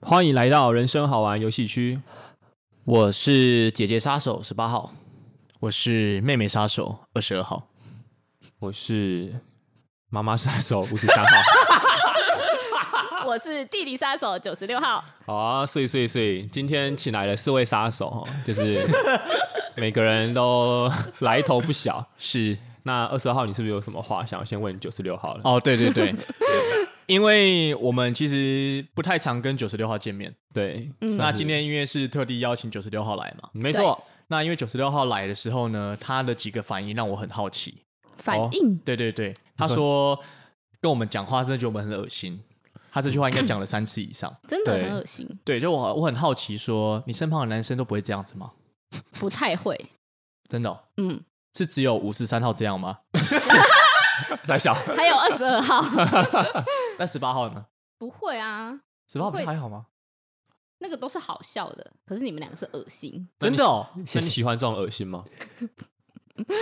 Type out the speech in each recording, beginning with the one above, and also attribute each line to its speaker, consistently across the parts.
Speaker 1: 欢迎来到人生好玩游戏区，
Speaker 2: 我是姐姐杀手十八号，
Speaker 3: 我是妹妹杀手二十二号。
Speaker 1: 我是妈妈杀手五十三号。
Speaker 4: 我是弟弟杀手九十六号，
Speaker 1: 好啊，碎碎碎！今天请来了四位杀手，哦就是每个人都来头不小。
Speaker 3: 是
Speaker 1: 那二十号，你是不是有什么话想要先问九十六号了？
Speaker 3: 哦，对对对，因为我们其实不太常跟九十六号见面，
Speaker 1: 对，
Speaker 4: 嗯
Speaker 3: 那
Speaker 1: 是
Speaker 3: 今天因为是特地邀请九十六号来嘛，
Speaker 1: 没错，
Speaker 3: 那因为九十六号来的时候呢，他的几个反应让我很好奇。
Speaker 4: 反应、
Speaker 3: 对对对，他
Speaker 1: 说
Speaker 3: 说跟我们讲话真的觉得我们很恶心，他这句话应该讲了三次以上。
Speaker 4: 真的
Speaker 1: 对
Speaker 4: 很恶心，
Speaker 3: 对，就我我很好奇说你身旁的男生都不会这样子吗？
Speaker 4: 不太会。
Speaker 3: 真的哦、
Speaker 4: 嗯，
Speaker 3: 是只有五十三号这样吗？
Speaker 1: 在笑。
Speaker 4: 还有二十二号
Speaker 3: 那十八号呢？
Speaker 4: 不会啊，
Speaker 3: 十八号不是
Speaker 4: 会
Speaker 3: 还好吗？
Speaker 4: 那个都是好笑的，可是你们两个是恶心，
Speaker 3: 真的哦，
Speaker 1: 那你喜欢这种恶心吗？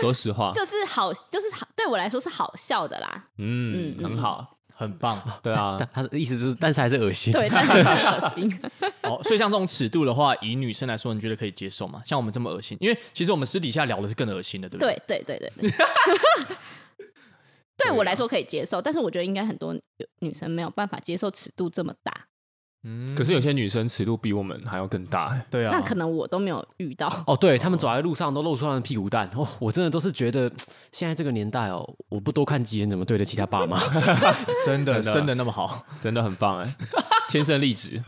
Speaker 1: 说实话，
Speaker 4: 就是好，就是好，对我来说是好笑的 啦。
Speaker 1: 嗯，
Speaker 4: 嗯
Speaker 1: 很好，
Speaker 3: 很棒。
Speaker 1: 对啊，
Speaker 2: 但他的意思就是，但是还是恶心。
Speaker 4: 对，但是是很恶心。
Speaker 3: 哦，所以像这种尺度的话，以女生来说，你觉得可以接受吗？像我们这么恶心，因为其实我们私底下聊的是更恶心的，对不对？
Speaker 4: 对对对对 对，对我来说可以接受，但是我觉得应该很多女生没有办法接受尺度这么大，
Speaker 3: 嗯
Speaker 1: 可是有些女生尺度比我们还要更大、欸，
Speaker 3: 对啊，
Speaker 4: 那可能我都没有遇到。
Speaker 2: 哦，对他们走在路上都露出他们的屁股蛋哦，我真的都是觉得现在这个年代哦，我不多看几眼怎么对得起他爸妈？
Speaker 3: 真的
Speaker 1: 真的
Speaker 3: 生的那么好，
Speaker 1: 真的很棒哎、 天生丽质。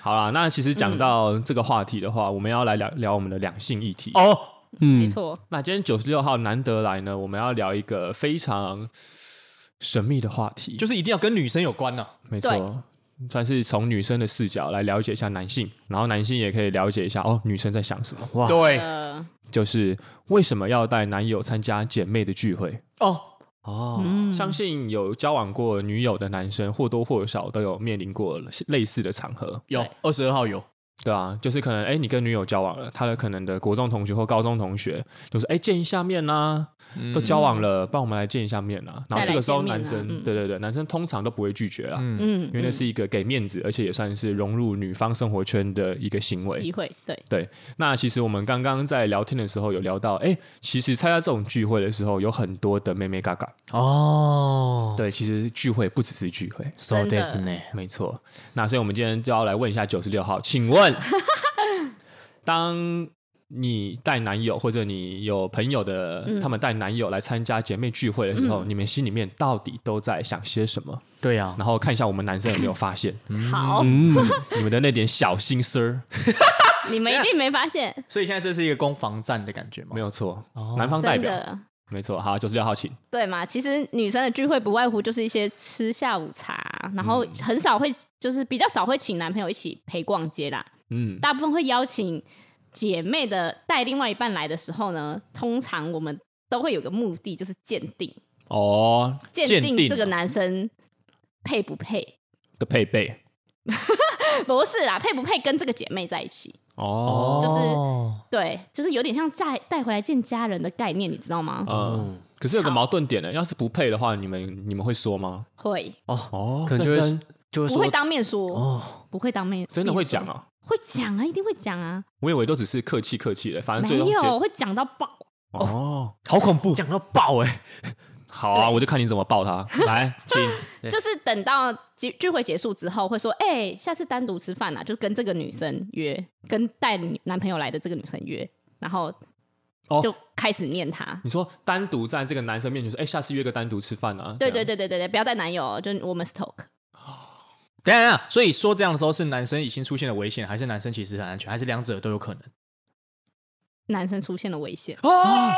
Speaker 1: 好啦，那其实讲到这个话题的话，我们要来聊聊我们的两性议题。
Speaker 3: 哦，
Speaker 4: 没
Speaker 2: 嗯，
Speaker 4: 错，
Speaker 1: 那今天九十六号难得来呢，我们要聊一个非常神秘的话题，
Speaker 3: 就是一定要跟女生有关呢、啊
Speaker 1: 没错，算是从女生的视角来了解一下男性，然后男性也可以了解一下哦，女生在想什么。哇，
Speaker 3: 对，
Speaker 4: 呃，
Speaker 1: 就是为什么要带男友参加姐妹的聚会？
Speaker 3: 哦，
Speaker 2: 哦，
Speaker 4: 嗯，
Speaker 1: 相信有交往过女友的男生，或多或少都有面临过类似的场合。
Speaker 3: 有二十二号有，
Speaker 1: 对啊，就是可能哎、诶你跟女友交往了，她的可能的国中同学或高中同学，就是哎、诶见一下面啦、都交往了，帮我们来见一下面啦、然后这个时候
Speaker 4: 再来
Speaker 1: 男
Speaker 4: 见面啊
Speaker 1: 生，
Speaker 4: 嗯
Speaker 1: 对对对，男生通常都不会拒绝啦，
Speaker 3: 嗯
Speaker 4: 嗯，
Speaker 1: 因为那是一个给面子，而且也算是融入女方生活圈的一个行为
Speaker 4: 机。会，对，
Speaker 1: 那其实我们刚刚在聊天的时候有聊到，哎、其实参加这种聚会的时候，有很多的妹妹嘎嘎。
Speaker 3: 哦，
Speaker 1: 对，其实聚会不只是聚会，
Speaker 3: ，so
Speaker 4: 真的
Speaker 3: this 呢，
Speaker 1: 没错，那所以我们今天就要来问一下九十六号，请 问，当你带男友或者你有朋友的，
Speaker 4: 嗯
Speaker 1: 他们带男友来参加姐妹聚会的时候，你们心里面到底都在想些什么？
Speaker 3: 对呀、啊，
Speaker 1: 然后看一下我们男生有没有发 现
Speaker 4: 好，
Speaker 2: 嗯，
Speaker 1: 你们的那点小心思儿，
Speaker 4: 你们一定没发现，
Speaker 3: 所以现在这是一个攻防战的感觉吗？
Speaker 1: 没
Speaker 3: 有，
Speaker 1: 有错，
Speaker 3: 哦
Speaker 1: 男方代
Speaker 4: 真
Speaker 1: 表，
Speaker 4: 的，
Speaker 1: 没错，好，九十六号请，
Speaker 4: 对嘛？其实女生的聚会不外乎就是一些吃下午茶，然后很少会，就是比较少会请男朋友一起陪逛街啦，
Speaker 1: 嗯，
Speaker 4: 大部分会邀请姐妹的带另外一半来的时候呢，通常我们都会有个目的，就是鉴定，
Speaker 1: 哦
Speaker 4: 鉴定这个男生配不配，
Speaker 1: 的配备，
Speaker 4: 不是啦，配不配跟这个姐妹在一起。
Speaker 1: 哦，
Speaker 4: 就是
Speaker 3: 哦，
Speaker 4: 对，就是有点像带带回来见家人的概念，你知道吗？
Speaker 1: 嗯，可是有个矛盾点呢，要是不配的话，你们你们会说吗？
Speaker 4: 会
Speaker 1: 哦，
Speaker 2: 可能就
Speaker 1: 认
Speaker 2: 会
Speaker 1: 真
Speaker 2: 就会
Speaker 4: 不会
Speaker 2: 说
Speaker 4: 当面说？
Speaker 2: 哦，
Speaker 4: 不会当面
Speaker 1: 真的会讲
Speaker 4: 面
Speaker 1: 哦。
Speaker 4: 说，会讲啊，一定会讲啊，
Speaker 1: 我以为都只是客气客气的，反正
Speaker 4: 没
Speaker 1: 最后结
Speaker 4: 有会讲到爆。
Speaker 1: 哦，
Speaker 3: 好恐怖，
Speaker 2: 讲到爆 哎，
Speaker 1: 欸好啊，
Speaker 4: 对
Speaker 1: 我就看你怎么抱 他。来，请
Speaker 2: 对
Speaker 4: 就是等到聚聚会结束之后，会说：“哎、下次单独吃饭啊，就跟这个女生约，跟带女男朋友来的这个女生约。”然后
Speaker 1: 哦
Speaker 4: 就开始念她。
Speaker 1: 你说单独在这个男生面前说，哎，下次约个单独吃饭啊？
Speaker 4: 对对
Speaker 1: 对，
Speaker 4: 对对对对，不要带男友哦，就我们 talk。
Speaker 3: 等一下等一下，所以说这样的时候是男生已经出现了危险，还是男生其实很安全，还是两者都有可能？
Speaker 4: 男生出现了危 险，
Speaker 3: 哦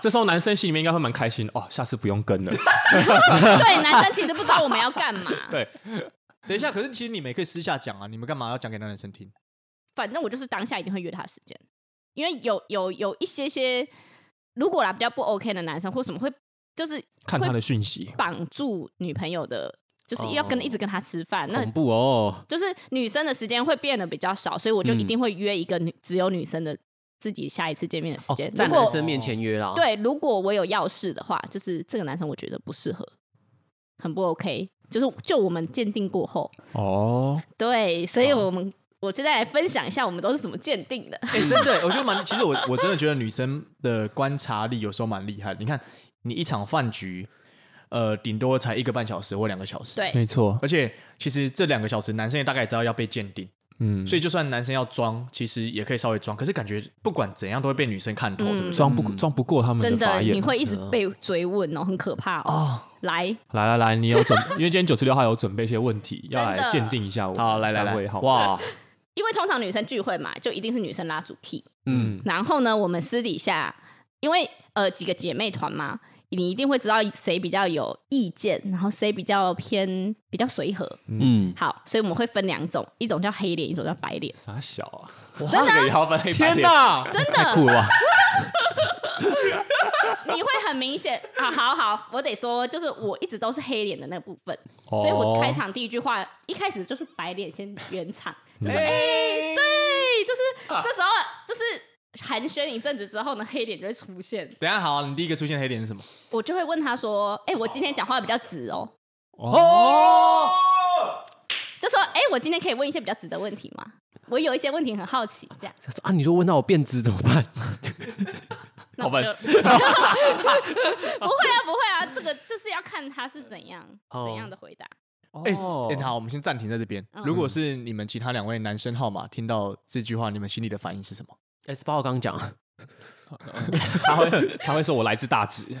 Speaker 1: 这时候男生心里面应该会蛮开心哦，下次不用跟 了。
Speaker 4: 对男生其实不知道我们要干嘛，
Speaker 1: 对，
Speaker 3: 等一下，可是其实你们也可以私下讲啊，你们干嘛要讲给男生听？
Speaker 4: 反正我就是当下一定会约他的时间，因为有有有一些些，如果啦比较不 OK 的男生或什么会，就是
Speaker 1: 看他的讯息，
Speaker 4: 绑住女朋友的，就是要跟、
Speaker 2: 哦
Speaker 4: 一直跟他吃饭，那
Speaker 2: 恐怖哦，
Speaker 4: 就是女生的时间会变得比较少，所以我就一定会约一个女、只有女生的自己下一次见面的时
Speaker 2: 哦
Speaker 4: 间。，
Speaker 2: 在
Speaker 4: 如果
Speaker 2: 男生面前约啦，，
Speaker 4: 对，如果我有要事的话，就是这个男生我觉得不适合，很不 OK。就是就我们鉴定过后，
Speaker 1: 哦，
Speaker 4: 对，所以我们我现在来分享一下我们都是怎么鉴定的。
Speaker 3: 哎、真的，我觉得蛮……其实我我真的觉得女生的观察力有时候蛮厉害的。你看，你一场饭局，呃，顶多才一个半小时或两个小时。
Speaker 4: 对，
Speaker 1: 没错，
Speaker 3: 而且其实这两个小时，男生也大概知道要被鉴定，
Speaker 1: 嗯，
Speaker 3: 所以就算男生要装，其实也可以稍微装。可是感觉不管怎样都会被女生看透，对不对？
Speaker 1: 装不装不过他们
Speaker 4: 真
Speaker 1: 法
Speaker 4: 的
Speaker 1: 眼
Speaker 4: 你。会一直被追问哦，很可怕哦。来，
Speaker 1: 来来来，你有准， 因为今天九十六号有准备一些问题，要
Speaker 4: 真
Speaker 1: 来
Speaker 4: 的
Speaker 1: 鉴定一下我。
Speaker 3: 好，来来来，
Speaker 1: 好，
Speaker 3: 哇，
Speaker 4: 因为通常女生聚会嘛，就一定是女生拉主 key。
Speaker 2: 嗯，
Speaker 4: 然后呢，我们私底下，因为呃几个姐妹团嘛，你一定会知道谁比较有意见，然后谁比较偏比较随和。
Speaker 2: 嗯，
Speaker 4: 好，所以我们会分两种，一种叫黑脸，一种叫白脸。
Speaker 1: 傻小啊！
Speaker 3: 真的要分黑白
Speaker 1: 天
Speaker 3: 脸
Speaker 1: 哪，
Speaker 4: 真
Speaker 2: 太酷
Speaker 4: 的，
Speaker 2: 了吧！
Speaker 4: 你会很明显啊！好好，我得说，就是我一直都是黑脸的那部分，
Speaker 3: 哦
Speaker 4: 所以我开场第一句话一开始就是白脸先圆场，就是哎、对，就是这时候就是寒暄一阵子之后呢，黑脸就会出现，
Speaker 3: 等一下好，你第一个出现黑点是什么？
Speaker 4: 我就会问他说：“哎、我今天讲话比较直哦。”
Speaker 3: 哦，
Speaker 4: 就说：“哎、我今天可以问一些比较直的问题吗？我有一些问题很好奇，这样。
Speaker 2: 他说啊，你说问到我变质怎么办？
Speaker 4: 那
Speaker 3: 好
Speaker 4: 我
Speaker 3: 吧
Speaker 4: 就 不会啊，不会啊，这个就是要看他是怎样、
Speaker 2: 哦
Speaker 4: 怎样的回答。
Speaker 3: 哎、
Speaker 1: 哦
Speaker 3: 欸好，我们先暂停在这边。
Speaker 4: 嗯
Speaker 3: 如果是你们其他两位男生号码听到这句话，你们心里的反应是什么？
Speaker 2: 哎，十八号刚刚讲，
Speaker 1: 他会他会说我来自大直，
Speaker 4: 真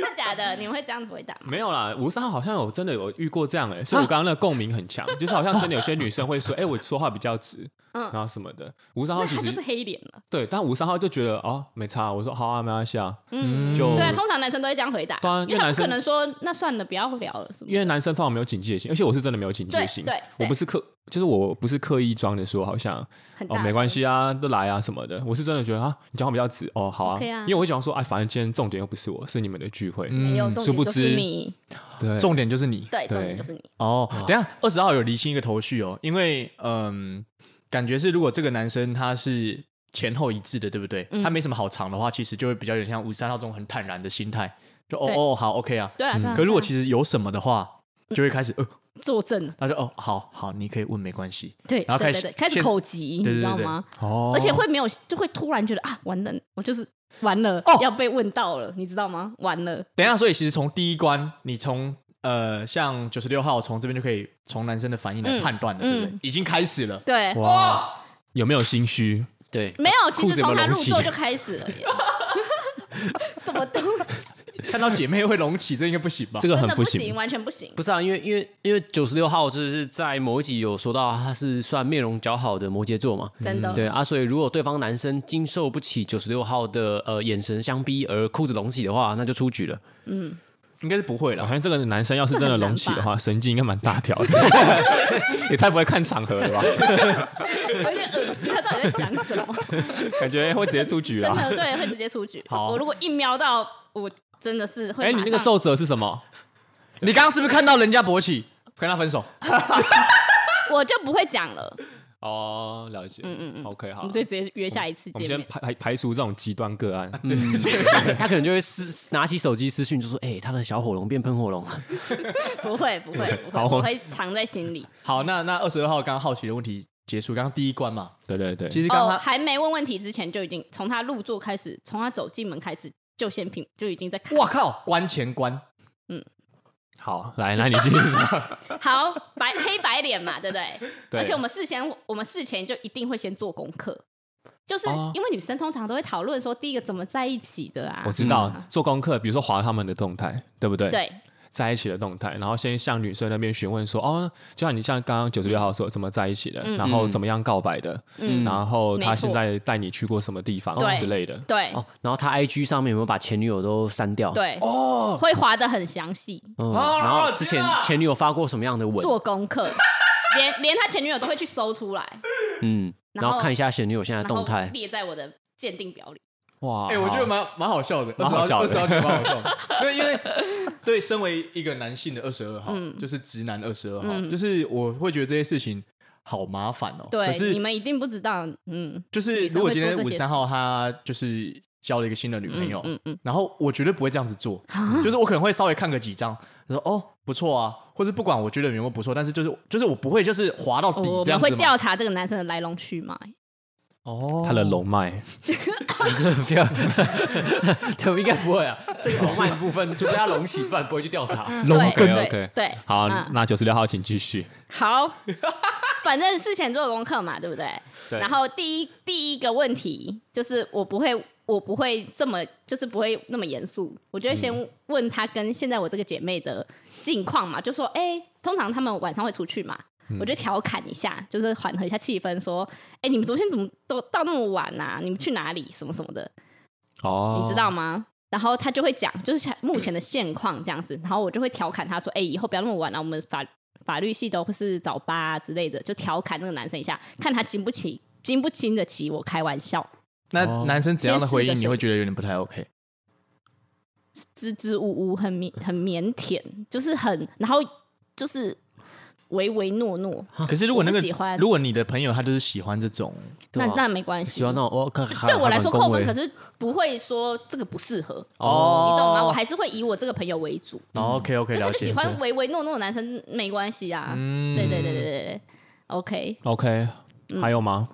Speaker 4: 的假的？你们会这样子回答吗？
Speaker 1: 没有啦，五十三号好像有真的有遇过这样哎、所以我刚刚那个共鸣很强，就是好像真的有些女生会 说，哎、我说话比较直，
Speaker 4: 嗯
Speaker 1: 然后什么的。五十三
Speaker 4: 那
Speaker 1: 号其
Speaker 4: 他
Speaker 1: 实、
Speaker 4: 就是黑脸了。
Speaker 1: 对，但五十三号就觉得哦没差，我说好啊，没关系啊，
Speaker 4: 嗯，
Speaker 1: 就
Speaker 4: 对啊，通常男生都会这样回答，
Speaker 1: 对啊
Speaker 4: 因为他
Speaker 1: 因为男
Speaker 4: 不
Speaker 1: 生
Speaker 4: 可能说那算了，不要聊了什么。
Speaker 1: 因为男生通常没有警戒心，而且我是真的没有警戒心，
Speaker 4: 对对对
Speaker 1: 我不是刻，就是我不是刻意装的说好像
Speaker 4: 很
Speaker 1: 哦
Speaker 4: 大声
Speaker 1: 没关，系啊，都来啊什么的，我是真的觉得啊，你讲话比较直哦，好啊
Speaker 4: OK 啊
Speaker 1: 因为我会想说，哎，反正今天重点又不是我，是你们的聚会，
Speaker 4: 没有
Speaker 3: 嗯
Speaker 4: 重
Speaker 1: 殊
Speaker 4: 点
Speaker 1: 不
Speaker 4: 就是
Speaker 1: 知
Speaker 4: 你，
Speaker 1: 对，
Speaker 3: 重点就是你
Speaker 4: 对，重点
Speaker 1: 对
Speaker 4: 就是你。
Speaker 3: 哦。等一下二十号有厘清一个头绪哦，因为嗯，感觉是如果这个男生他是前后一致的，对不对？
Speaker 4: 嗯
Speaker 3: 他没什么好藏的话，其实就会比较有点像五三号这种很坦然的心态，就哦
Speaker 4: 对
Speaker 3: 哦好 OK 啊。
Speaker 4: 对啊，
Speaker 1: 嗯
Speaker 4: 对啊
Speaker 3: 可如果
Speaker 4: 对啊
Speaker 3: 其实有什么的话，就会开始呃，
Speaker 4: 作证，
Speaker 3: 他就哦好好，你可以问没关系。
Speaker 4: 对，
Speaker 3: 然后开
Speaker 4: 对对
Speaker 3: 始
Speaker 4: 对开始
Speaker 3: 先
Speaker 4: 口急，你
Speaker 3: 对对
Speaker 4: 知道
Speaker 3: 对
Speaker 4: 吗？
Speaker 1: 哦
Speaker 4: 而且会没有，就会突然觉得啊，完了，我就是完了，
Speaker 3: 哦
Speaker 4: 要被问到了，你知道吗？完了，
Speaker 3: 等一下，所以其实从第一关，你从呃，像九十六号从这边就可以从男生的反应来
Speaker 4: 嗯
Speaker 3: 判断了，对不对
Speaker 4: 嗯？
Speaker 3: 已经开始了。
Speaker 4: 对，
Speaker 1: 哇，有没有心虚？
Speaker 2: 对，
Speaker 4: 没有，其
Speaker 3: 裤
Speaker 4: 实
Speaker 3: 子有没
Speaker 4: 从
Speaker 3: 有
Speaker 4: 他入
Speaker 3: 隆起
Speaker 4: 座就开始了耶， 什么东西，
Speaker 3: 看到姐妹会隆起，这应该不行吧？
Speaker 1: 这
Speaker 3: 个
Speaker 1: 个
Speaker 4: 真
Speaker 1: 很
Speaker 4: 的不
Speaker 1: 行
Speaker 4: 行，。完全不行
Speaker 2: 不。是啊，因为因为因为九十六号就是在某一集有说到他是算面容姣好的摩羯座嘛，
Speaker 1: 嗯
Speaker 4: 真的，
Speaker 2: 对啊，所以如果对方男生经受不起九十六号的呃眼神相逼而裤子隆起的话，那就出局了。
Speaker 3: 应该是不会
Speaker 1: 好
Speaker 3: 了。
Speaker 1: 像这个男生要是真的隆起的
Speaker 4: 这很
Speaker 1: 话，神经应该蛮大 条的，也太不会看场合了吧？
Speaker 4: 有点恶心，他到底在想什 么？
Speaker 1: 感觉会直接出局
Speaker 4: 真
Speaker 1: 啊！
Speaker 4: 的，对，会直接出局。
Speaker 3: 好
Speaker 4: 我如果一瞄到，我真的是会
Speaker 1: 哎，
Speaker 4: 马
Speaker 1: 你
Speaker 4: 上
Speaker 1: 那个皱褶是什么？
Speaker 3: 你刚刚是不是看到人家勃起，跟他分手？
Speaker 4: 我就不会讲了。
Speaker 1: 哦，了解。嗯嗯嗯，OK，
Speaker 4: 我
Speaker 1: 好
Speaker 4: 们。就直接约下一次
Speaker 1: 我们
Speaker 4: 见
Speaker 1: 先
Speaker 4: 面。
Speaker 1: 排排排除这种极端个案。
Speaker 3: 嗯
Speaker 2: 他他可能就会私拿起手机私讯就说：“哎、他的小火龙变喷火龙了。
Speaker 4: 不会，不会，不
Speaker 1: 好
Speaker 4: 会，我会藏在心里。
Speaker 3: 好，那那二十二号刚刚好奇的问题结束，刚刚第一关嘛，
Speaker 1: 对对对，
Speaker 3: 其实刚
Speaker 4: 哦，
Speaker 3: 刚他
Speaker 4: 还没问问题之前就已经从他入座开始，从他走进门开始就先评就已经在看。
Speaker 3: 哇靠，关前关，
Speaker 1: 好，来，那你 继续。
Speaker 4: 好白黑白脸嘛，对不对？
Speaker 1: 对
Speaker 4: 而且我们事先我们事前就一定会先做功课，就是
Speaker 1: 哦
Speaker 4: 因为女生通常都会讨论说第一个怎么在一起的啊
Speaker 1: 我，知道
Speaker 3: 嗯
Speaker 1: 做功课，比如说划他们的动态，对不对？，
Speaker 4: 对，
Speaker 1: 在一起的动态，然后先向女生那边询问说，哦，就像你像刚刚九十六号说怎么在一起的，然
Speaker 3: 嗯
Speaker 1: 后怎么样告白的，
Speaker 4: 嗯，
Speaker 1: 然后他
Speaker 4: 没错
Speaker 1: 现在带你去过什么地方
Speaker 4: 对
Speaker 1: 之类的。
Speaker 4: 对”
Speaker 2: 哦，然后他 IG 上面有没有把前女友都删掉？，
Speaker 4: 对，哦，会划的很详细，
Speaker 2: 嗯，
Speaker 3: 啊
Speaker 2: 然后之前
Speaker 3: 天啊
Speaker 2: 前女友发过什么样的文？
Speaker 4: 做功课，连连他前女友都会去搜出来，
Speaker 2: 嗯，
Speaker 4: 然
Speaker 2: 然
Speaker 4: 后
Speaker 2: 后看一下前女友现在的
Speaker 4: 然
Speaker 2: 动
Speaker 4: 后
Speaker 2: 态。
Speaker 4: 列在我的鉴定表里。
Speaker 1: 哇，
Speaker 3: 哎、我觉得蛮蛮好笑的，
Speaker 1: 蛮好笑的
Speaker 3: 二十二觉得蛮好笑的。 对，因为对，身为一个男性的二十二号，
Speaker 4: 嗯
Speaker 3: 就是直男二十二号，
Speaker 4: 嗯
Speaker 3: 就是我会觉得这些事情好麻烦哦。可
Speaker 4: 对，
Speaker 3: 是
Speaker 4: 你们一定不知道，嗯，
Speaker 3: 就是
Speaker 4: 女生
Speaker 3: 如果今天
Speaker 4: 会做
Speaker 3: 五
Speaker 4: 这些
Speaker 3: 三号他就是交了一个新的女朋友，
Speaker 4: 嗯嗯嗯
Speaker 3: 然后我绝对不会这样子做，
Speaker 4: 啊
Speaker 3: 就是我可能会稍微看个几张，说哦不错啊，或是不管我觉得有没有不错，但是就是就是我不会就是滑到底
Speaker 4: 哦我
Speaker 3: 这
Speaker 4: 们
Speaker 3: 样
Speaker 4: 会
Speaker 3: 子嘛。
Speaker 4: 调查这个男生的来龙去脉。
Speaker 3: 哦
Speaker 1: 他的龙脉，
Speaker 2: 不要，这应该不会啊。 这个龙脉的部分，除非他龙起，不然不会去调查。
Speaker 1: 龙
Speaker 4: 对
Speaker 1: 梗
Speaker 4: 对
Speaker 1: OK
Speaker 4: 对，
Speaker 1: 好，
Speaker 4: 嗯
Speaker 1: 那九十六号请继续。
Speaker 4: 好， 反正事前做功课嘛，对不对？
Speaker 1: 对
Speaker 4: 然后第一第一个问题就是我不会，我不会这么，就是不会那么严肃。我就会先
Speaker 1: 嗯
Speaker 4: 问她跟现在我这个姐妹的近况嘛，就说，哎、通常她们晚上会出去嘛，
Speaker 1: 嗯
Speaker 4: 我就调侃一下，就是缓和一下气氛，说，哎、你们昨天怎么都到那么晚啊？你们去哪里？什么什么的。
Speaker 1: 哦，
Speaker 4: 你知道吗？然后他就会讲，就是像目前的现况这样子，然后我就会调侃他说：“哎、以后不要那么晚了、我们法法律系都是早八、啊、之类的。”就调侃那个男生一下，看他经不起经不经得起我开玩笑，
Speaker 3: 那
Speaker 1: 哦
Speaker 3: 男生怎样的回
Speaker 4: 结实
Speaker 3: 应
Speaker 4: 的
Speaker 3: 你会觉得有点不太 OK？
Speaker 4: 支支吾吾，很腼很腼腆，就是很，然后就是唯唯诺诺，
Speaker 3: 可是如果那个
Speaker 4: 哦我不喜欢
Speaker 3: 如果你的朋友他就是喜欢这种，
Speaker 4: 那
Speaker 2: 对啊
Speaker 4: 那没关系
Speaker 2: 喜。欢那种我看
Speaker 4: 对我来说扣分，可是不会说这个不适合，
Speaker 3: 哦
Speaker 4: 你懂吗？我还是会以我这个朋友为主。
Speaker 3: OK OK 了
Speaker 4: 但是就
Speaker 3: 解
Speaker 4: 喜，欢唯唯诺诺的男生没关系啊。
Speaker 3: 嗯
Speaker 4: 对对对对对对，OK，
Speaker 1: OK，还
Speaker 4: 嗯
Speaker 1: 有吗？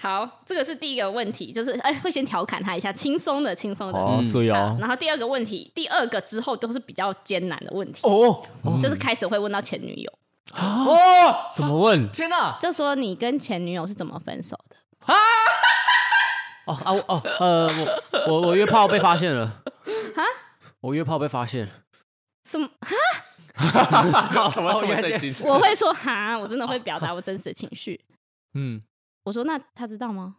Speaker 4: 好，这个是第一个问题，就是哎、会先调侃他一下，轻松的，轻松的。
Speaker 1: 哦，所以
Speaker 4: 好
Speaker 1: 哦，
Speaker 4: 然后第二个问题，第二个之后都是比较艰难的问题，
Speaker 3: 哦
Speaker 4: 就是
Speaker 1: 嗯
Speaker 4: 开始会问到前女友，
Speaker 3: 哦，
Speaker 1: 怎么问？
Speaker 3: 天哪，
Speaker 4: 就说你跟前女友是怎么分手的？
Speaker 2: 哦啊我哦呃我我我约炮被发现了
Speaker 4: 哈，
Speaker 2: 我约炮被发现，
Speaker 4: 什么？
Speaker 3: 哦
Speaker 1: 怎么
Speaker 2: 哦这么震惊
Speaker 4: 我会说哈，我真的会表达我真实的情绪。
Speaker 3: 嗯，
Speaker 4: 我说那他知道吗？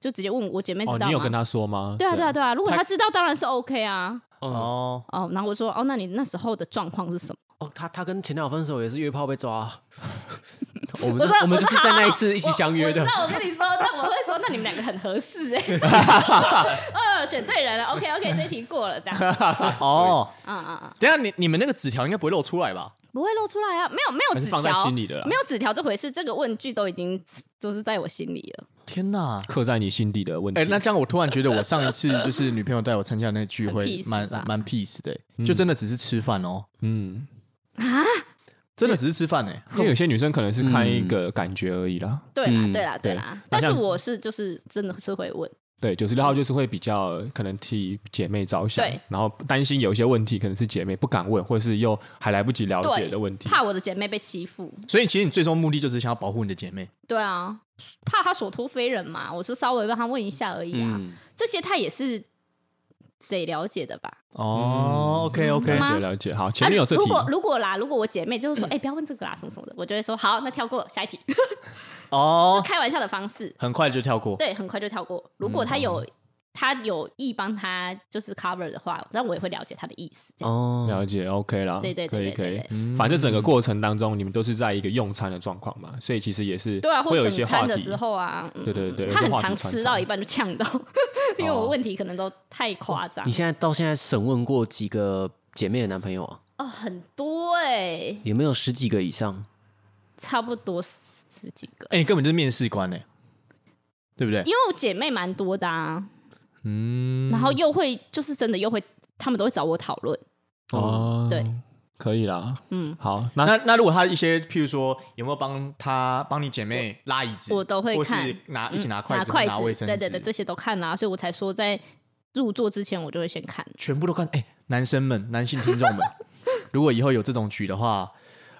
Speaker 4: 就直接问我姐妹知
Speaker 1: 哦，
Speaker 4: 道吗？
Speaker 1: 你有跟他说吗？
Speaker 4: 对啊对啊对啊，如果他知道当然是 OK 啊。
Speaker 2: 哦
Speaker 3: 哦，
Speaker 4: 哦，然后我说哦，那你那时候的状况是什么？
Speaker 2: 哦他他跟前男友分手也是约炮被抓，啊 我们
Speaker 4: 我说
Speaker 2: 我们就是在那一次一起相约的
Speaker 4: 我知，道我跟你说， 那我会说，那你们两个很合适哎、 哦，选对人了，OK OK，这一题过了，这样，
Speaker 3: 哦，
Speaker 4: 嗯嗯嗯，
Speaker 3: 等一下你你们那个纸条应该不会露出来吧？
Speaker 4: 不会露出来啊，没有没
Speaker 1: 还
Speaker 4: 有
Speaker 1: 是
Speaker 4: 纸
Speaker 1: 放在
Speaker 4: 条，
Speaker 1: 心里的啦
Speaker 4: 没有纸条这回事，这个问句都已经都是在我心里了。
Speaker 3: 天哪！
Speaker 1: 刻在你心底的问题。
Speaker 3: 哎、那这样我突然觉得，我上一次就是女朋友带我参加那个聚
Speaker 4: 很
Speaker 3: 会
Speaker 4: peace，
Speaker 3: 蛮
Speaker 4: 吧
Speaker 3: 蛮 peace 的、欸就真的只是吃饭哦，
Speaker 1: 嗯，
Speaker 3: 真的只是吃饭哎、
Speaker 1: 因为有些女生可能是看一个感觉而已啦。
Speaker 4: 对啦，对啦，对
Speaker 1: 嗯对
Speaker 4: 啦，
Speaker 1: 那
Speaker 4: 但是
Speaker 1: 像
Speaker 4: 我是就是真的是会问，
Speaker 1: 对，九十六号就是会比较可能替姐妹着想
Speaker 4: 对，
Speaker 1: 然后担心有一些问题可能是姐妹不敢问，或者是又还来不及了解
Speaker 4: 对
Speaker 1: 的问题。
Speaker 4: 怕我的姐妹被欺负，
Speaker 3: 所以其实你最终目的就是想要保护你的姐妹。
Speaker 4: 对啊，怕她所托非人嘛，我是稍微帮她问一下而已啊，
Speaker 2: 嗯
Speaker 4: 这些她也是得了解的吧。
Speaker 3: 哦、o k OK，
Speaker 1: 了
Speaker 4: 吗
Speaker 1: 解了解，好，前面有这
Speaker 4: 啊、如
Speaker 1: 题，
Speaker 4: 果如果啦，如果我姐妹就会说，哎、不要问这个啦，什么什么的，我就会说好，那跳过下一题，
Speaker 3: 哦、
Speaker 4: 开玩笑的方式，
Speaker 3: 很快就跳过。
Speaker 4: 对，很快就跳过。如果他有、
Speaker 1: 嗯
Speaker 4: 他有意帮他就是 cover 的话，那我也会了解他的意思。这样
Speaker 2: 哦，
Speaker 1: 了解 OK 啦，
Speaker 4: 嗯对对
Speaker 1: 可
Speaker 4: 对
Speaker 1: 以
Speaker 4: 对
Speaker 1: 可
Speaker 4: 对
Speaker 1: 以嗯
Speaker 4: 对。
Speaker 1: 反正整个过程当中，你们都是在一个用餐的状况嘛，所以其实也是
Speaker 4: 对啊，或
Speaker 1: 会有一
Speaker 4: 等
Speaker 1: 些话
Speaker 4: 餐的
Speaker 1: 题
Speaker 4: 时候啊，嗯
Speaker 1: 对对对有
Speaker 4: 他
Speaker 1: 些
Speaker 4: 很
Speaker 1: 话题哦
Speaker 4: 常
Speaker 1: 穿
Speaker 4: 吃
Speaker 1: 插
Speaker 4: 到一半就呛到， 因为我问题可能都太夸
Speaker 1: 哦
Speaker 4: 张
Speaker 2: 你现在到现在审问过几个姐妹的男朋友啊？
Speaker 4: 哦，很多哎、
Speaker 2: 有没有十几个以上？
Speaker 4: 差不多十几个，
Speaker 3: 哎、你根本就是面试官哎、对不对？
Speaker 4: 因为我姐妹蛮多的啊，
Speaker 3: 嗯，
Speaker 4: 然后又会就是真的又会，他们都会找我讨论，
Speaker 1: 哦，
Speaker 4: 对，
Speaker 1: 可以啦，
Speaker 4: 嗯，
Speaker 1: 好，那
Speaker 3: 那那如果他一些，譬如说有没有帮他帮你姐妹拉椅子，
Speaker 4: 我都会
Speaker 3: 或
Speaker 4: 看
Speaker 3: 是拿一起嗯拿筷
Speaker 4: 嗯拿
Speaker 3: 子、
Speaker 4: 筷
Speaker 3: 卫生
Speaker 4: 子，
Speaker 3: 纸，
Speaker 4: 对对对，这些都看啊啦、所以我才说在入座之前我就会先看。
Speaker 3: 全部都看。哎、男生们、男性听众 们，如果以后有这种局的话，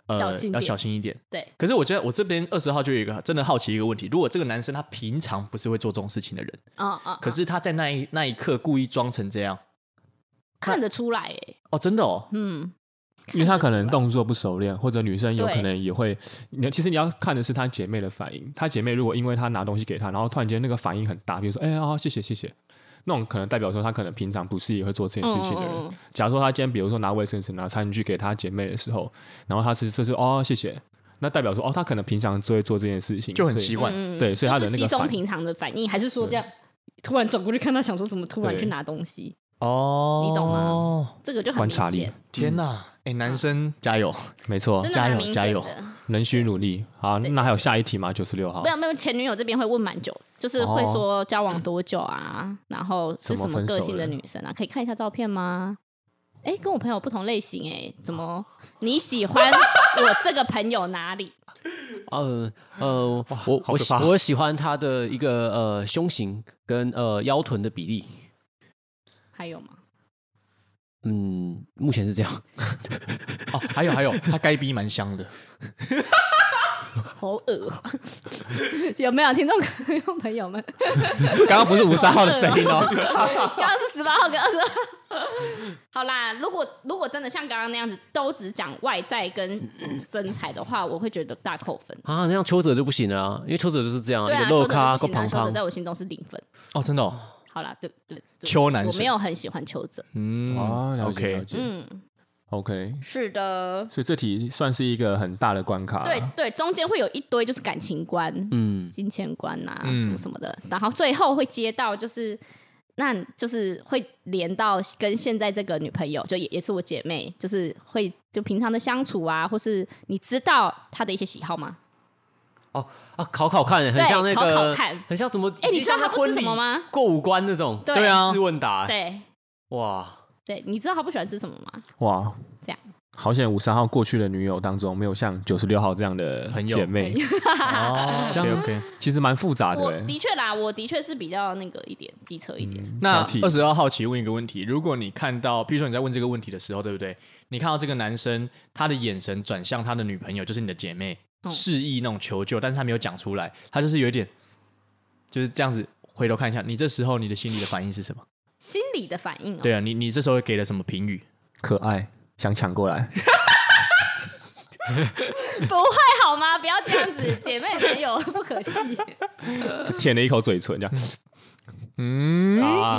Speaker 3: 呃，
Speaker 4: 小心一点
Speaker 3: 要小心一点。
Speaker 4: 对，
Speaker 3: 可是我觉得我这边二十号就有一个真的好奇一个问题：如果这个男生他平常不是会做这种事情的人，
Speaker 4: 啊啊，
Speaker 3: 可是他在那一那一刻故意装成这样，
Speaker 4: 看得出来、欸，
Speaker 3: 哦，真的哦，
Speaker 4: 嗯，
Speaker 1: 因为她可能动作不熟练，或者女生有
Speaker 4: 对
Speaker 1: 可能也会，你其实你要看的是她姐妹的反应。她姐妹如果因为她拿东西给她，然后突然间那个反应很大，比如说哎啊、哦谢谢谢谢，那种可能代表说她可能平常不是也会做这件事情的人。
Speaker 4: 嗯嗯嗯
Speaker 1: 假如说她今天比如说拿卫生纸、拿餐具给她姐妹的时候，然后她是这是哦谢谢，那代表说哦她可能平常就会做这件事情，
Speaker 3: 就很
Speaker 1: 所以
Speaker 3: 奇怪。
Speaker 4: 嗯
Speaker 1: 对所以他的
Speaker 4: 就是
Speaker 1: 那个
Speaker 4: 稀松
Speaker 1: 反
Speaker 4: 平常的反应，还是说这样突然转过去看他，想说怎么突然
Speaker 1: 对
Speaker 4: 去拿东西，
Speaker 3: 哦，
Speaker 4: 你懂吗？嗯这个就很
Speaker 1: 观
Speaker 4: 明
Speaker 1: 察力哦
Speaker 4: 显，
Speaker 3: 天哪、哎、男生加油！
Speaker 1: 没错
Speaker 4: 真，的
Speaker 3: 加
Speaker 4: 蛮
Speaker 3: 油
Speaker 4: 明
Speaker 3: 加
Speaker 4: 显
Speaker 3: 油
Speaker 4: 的。
Speaker 1: 仍需努力。好，那还有下一题吗？九十六号
Speaker 4: 没。有没有，前女友这边会问蛮久的，就是会
Speaker 1: 哦
Speaker 4: 说交往多久啊，然后是什么个性的女生啊，可以看一下照片吗？哎、跟我朋友不同类型哎、怎么你喜欢我这个朋友哪里？
Speaker 2: 呃呃，我
Speaker 1: 好
Speaker 2: 我
Speaker 1: 可
Speaker 2: 喜
Speaker 1: 怕
Speaker 2: 我喜欢他的一个呃胸型跟呃腰臀的比例，
Speaker 4: 还有吗？
Speaker 2: 嗯，目前是这样。
Speaker 3: 哦，还有还有，他该逼蛮香的，
Speaker 4: 好恶哦、 有没有听众朋友朋 友们？
Speaker 1: 刚刚不是五十三号的声音哦，
Speaker 4: 刚刚是十八号跟二十二。 好啦，如果如果真的像刚刚那样子，都只讲外在跟身材的话，我会觉得大扣分。
Speaker 2: 啊，那样邱泽就不行了、啊，因为邱泽就是这样，
Speaker 4: 对
Speaker 2: 一
Speaker 4: 啊，
Speaker 2: 个肉咖，
Speaker 4: 邱泽不
Speaker 2: 够
Speaker 4: 行啊
Speaker 2: 胖
Speaker 4: 邱泽
Speaker 2: 胖。
Speaker 4: 在我心中是零分。
Speaker 3: 哦，真的哦，
Speaker 4: 好啦，对对对，
Speaker 3: 邱男
Speaker 4: 我
Speaker 3: 神
Speaker 4: 没有很喜欢邱泽。
Speaker 3: 嗯
Speaker 1: 哦，了解了
Speaker 3: ，OK，
Speaker 1: 解
Speaker 4: 嗯，
Speaker 1: ，OK，
Speaker 4: 是的，
Speaker 1: 所以这题算是一个很大的关卡，啊
Speaker 4: 对，对，中间会有一堆就是感情观、
Speaker 2: 啊嗯，
Speaker 4: 金钱观呐、
Speaker 3: 嗯
Speaker 4: 什么什么的，然后最后会接到就是。那就是会连到跟现在这个女朋友，就也也是我姐妹，就是会就平常的相处啊，或是你知道她的一些喜好吗？
Speaker 2: 哦啊，考考看，很
Speaker 4: 对
Speaker 2: 像那
Speaker 4: 考
Speaker 2: 个，
Speaker 4: 考看
Speaker 2: 很像怎么？
Speaker 4: 哎你知道他
Speaker 2: 像
Speaker 4: 不吃
Speaker 2: 婚礼
Speaker 4: 什么吗？
Speaker 2: 过五关那种，
Speaker 4: 对对啊
Speaker 2: 自问答，
Speaker 4: 对
Speaker 2: 哇，
Speaker 4: 对，你知道她不喜欢吃什么吗？
Speaker 1: 哇，
Speaker 4: 这样
Speaker 1: 好险五十三号过去的女友当中没有像九十六号这样的
Speaker 3: 朋友
Speaker 1: 姐妹，
Speaker 3: 哦，OK OK，
Speaker 1: 其实蛮复杂
Speaker 2: 啊
Speaker 1: 的
Speaker 4: 我
Speaker 1: 欸，
Speaker 4: 的确啦，我的确是比较那个一点机车一点。
Speaker 2: 嗯
Speaker 3: 那
Speaker 1: 挑剔
Speaker 3: 二十二号，请问一个问题：如果你看到，比如说你在问这个问题的时候，对不对？你看到这个男生，他的眼神转向他的女朋友，就是你的姐妹，
Speaker 4: 嗯
Speaker 3: 示意那种求救，但是他没有讲出来，他就是有一点就是这样子回头看一下。你这时候你的心里的反应是什么？
Speaker 4: 心理的反应哦、
Speaker 3: 对啊，你你这时候给了什么评语？
Speaker 1: 可爱，想抢过 来，
Speaker 4: 不会好吗？不要这样子， 姐妹朋友不可 惜。
Speaker 1: 舔了一口嘴唇，这样，
Speaker 2: 啊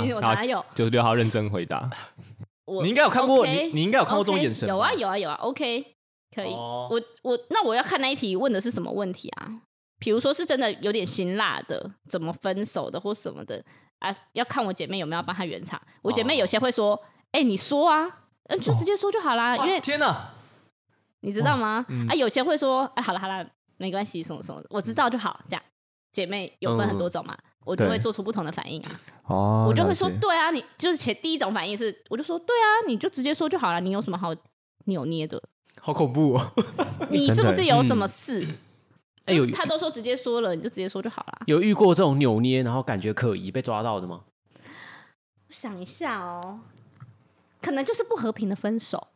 Speaker 4: 其实我哪有？
Speaker 1: 九十六号认真回答，
Speaker 4: 我
Speaker 3: 你应该有看过
Speaker 4: OK，
Speaker 3: 你你应该有看过这种
Speaker 4: OK，
Speaker 3: 眼神吧
Speaker 4: 有啊有啊有啊，OK，可以。
Speaker 3: 哦
Speaker 4: 我我那我要看那一题问的是什么问题啊？比如说是真的有点辛辣的，怎么分手的或什么的啊？要看我姐妹有没有帮她圆场。我姐妹有些会说：“哎、你说啊，嗯，就直接说就好啦。因为
Speaker 3: 哇天嗯哪，
Speaker 4: 你知道吗？啊，有些会说，哎，好了好了，没关系，什么什么的，我知道就好，这样。姐妹有分很
Speaker 3: 嗯
Speaker 4: 多种嘛，我就
Speaker 1: 对
Speaker 4: 会做出不同的反应啊，
Speaker 1: 哦，
Speaker 4: 我就会说，
Speaker 1: 了解
Speaker 4: 对啊，你就是前第一种反应是，我就说，对啊，你就直接说就好了，你有什么好扭捏的？
Speaker 3: 好恐怖哦！
Speaker 4: 你是不是有什么事？
Speaker 2: 哎有
Speaker 4: 他都说直接说了，你就直接说就好了。
Speaker 2: 有遇过这种扭捏，然后感觉可疑被抓到的吗？
Speaker 4: 我想一下哦，可能就是不和平的分手。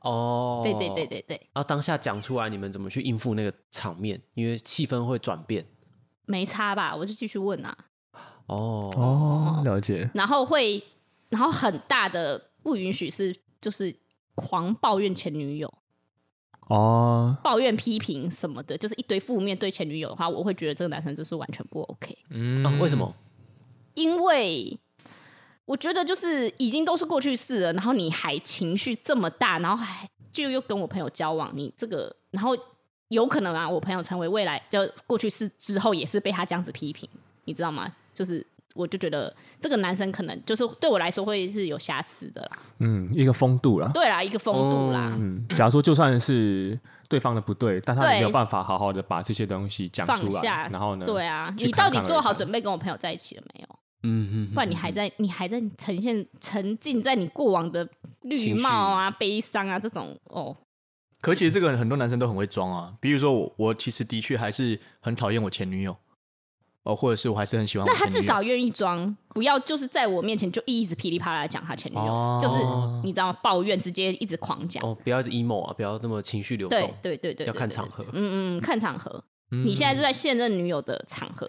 Speaker 2: 哦，
Speaker 4: 对对对，对对，
Speaker 2: 然后当下讲出来，你们怎么去应付那个场面？因为气氛会转变。
Speaker 4: 没差吧？我就继续问啊。
Speaker 2: 哦，
Speaker 1: 哦，
Speaker 4: 啊
Speaker 1: 了解，
Speaker 4: 然后会，然后很大的不允许是就是狂抱怨前女友、
Speaker 1: 哦，
Speaker 4: 抱怨批评什么的，就是一堆负面对前女友的话，我会觉得这个男生就是完全不 OK，
Speaker 3: 嗯
Speaker 2: 啊为什？么？
Speaker 4: 因为我觉得就是已经都是过去式了，然后你还情绪这么大，然后还就又啊跟我朋友交往，你这个然后有可能啊，我朋友成为未来就过去式之后也是被他这样子批评，你知道吗？就是我就觉得这个男生可能就是对我来说会是有瑕疵的啦。
Speaker 1: 嗯，一个风度啦。
Speaker 4: 对啦，啊一个风度啦，
Speaker 1: 嗯，假如说就算是对方的不对，但他也
Speaker 4: 对
Speaker 1: 没有办法好好的把这些东西讲
Speaker 4: 放
Speaker 1: 出来
Speaker 4: 下，。
Speaker 1: 然后呢，
Speaker 4: 对啊，
Speaker 1: 去
Speaker 4: 你
Speaker 1: 侃
Speaker 4: 到
Speaker 1: 侃而
Speaker 4: 底做好
Speaker 1: 谈
Speaker 4: 准备跟我朋友在一起了啊没有？
Speaker 2: 嗯
Speaker 4: 不然你还在，你还在呈现沉浸在你过往的绿
Speaker 2: 情绪
Speaker 4: 帽啊、悲伤啊这种哦，
Speaker 3: 可其实这个很多男生都很会装啊，比如说我，我其实的确还是很讨厌我前女友，哦，或者是我还是很喜欢我
Speaker 4: 那
Speaker 3: 前女友。
Speaker 4: 他至少愿意装，不要就是在我面前就一直噼里啪啦地讲他前女友，就是你知道吗抱怨，直接一直狂讲。
Speaker 2: 哦，不要一直 emo 啊，不要这么情绪流动，
Speaker 4: 对对对对，对
Speaker 2: 要看
Speaker 4: 对
Speaker 2: 场合。
Speaker 4: 嗯嗯，嗯看场合。你现在是在现任女友的场合，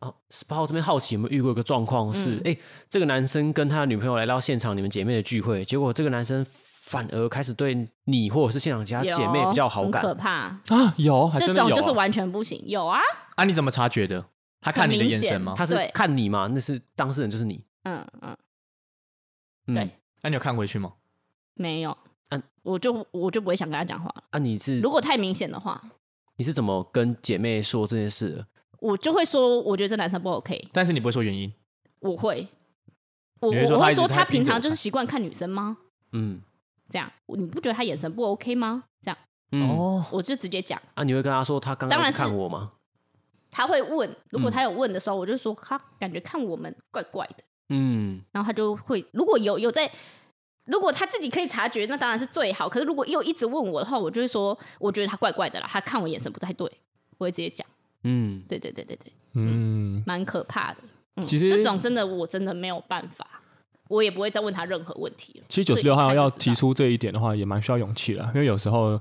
Speaker 2: 哦，SPA 这边好奇有没有遇过一个状况是，
Speaker 4: 嗯
Speaker 2: 哎、这个男生跟他的女朋友来到现场你们姐妹的聚会，结果这个男生反而开始对你或者是现场其他
Speaker 4: 有
Speaker 2: 姐妹比较好
Speaker 4: 很
Speaker 2: 感
Speaker 4: 可，怕。
Speaker 1: 啊，有，还
Speaker 4: 这
Speaker 1: 真的
Speaker 4: 种
Speaker 1: 有
Speaker 4: 就是
Speaker 1: 啊
Speaker 4: 完全不行，有啊，
Speaker 3: 啊，你怎么察觉的？他看你的眼神吗
Speaker 4: 很明显？
Speaker 2: 他是
Speaker 4: 对
Speaker 2: 看你嘛，那是当事人就是你，
Speaker 4: 嗯嗯，
Speaker 2: 嗯、
Speaker 4: 对，
Speaker 3: 那、你有看回去吗？
Speaker 4: 没有，
Speaker 2: 嗯
Speaker 4: 我就我就不会想跟他讲话了。
Speaker 2: 啊，你是
Speaker 4: 如果太明显的话，
Speaker 2: 你是怎么跟姐妹说这件事的？
Speaker 4: 我就会说，我觉得这男生不 OK，
Speaker 3: 但是你不会说原因，
Speaker 4: 我会，我
Speaker 3: 你会
Speaker 4: 我
Speaker 3: 说
Speaker 4: 我
Speaker 3: 他
Speaker 4: 会
Speaker 3: 一直
Speaker 4: 说
Speaker 3: 他
Speaker 4: 他
Speaker 3: 盯着
Speaker 4: 平常
Speaker 3: 我
Speaker 4: 就
Speaker 3: 看
Speaker 4: 是习惯看女生吗？
Speaker 2: 嗯
Speaker 4: 这样，你不觉得他眼神不 OK 吗？这样，
Speaker 2: 嗯，
Speaker 3: 哦
Speaker 2: 哦，
Speaker 4: 我就直接讲，
Speaker 2: 啊，你会跟他说他刚
Speaker 4: 当
Speaker 2: 刚
Speaker 4: 然
Speaker 2: 是看
Speaker 4: 是
Speaker 2: 我吗？
Speaker 4: 他会问，如
Speaker 3: 嗯
Speaker 4: 果他有问的时候，我就说他感觉看我们怪怪的，
Speaker 2: 嗯，
Speaker 4: 然后他就会如果有有在，如果他自己可以察觉，那当然是最好。可是如果又一直问我的话，我就会说我觉得他怪怪的啦，他看我眼神不太对，我会直接讲。
Speaker 2: 嗯，
Speaker 4: 对对对对对，
Speaker 1: 嗯，
Speaker 4: 蛮可怕的。嗯，
Speaker 1: 其实
Speaker 4: 这种真的我真的没有办法，我也不会再问他任何问题了。
Speaker 1: 其实九十
Speaker 4: 这
Speaker 1: 六
Speaker 4: 一
Speaker 1: 号
Speaker 4: 看
Speaker 1: 要
Speaker 4: 就知道
Speaker 1: 提出这一点的话，也蛮需要勇气的，因为有时候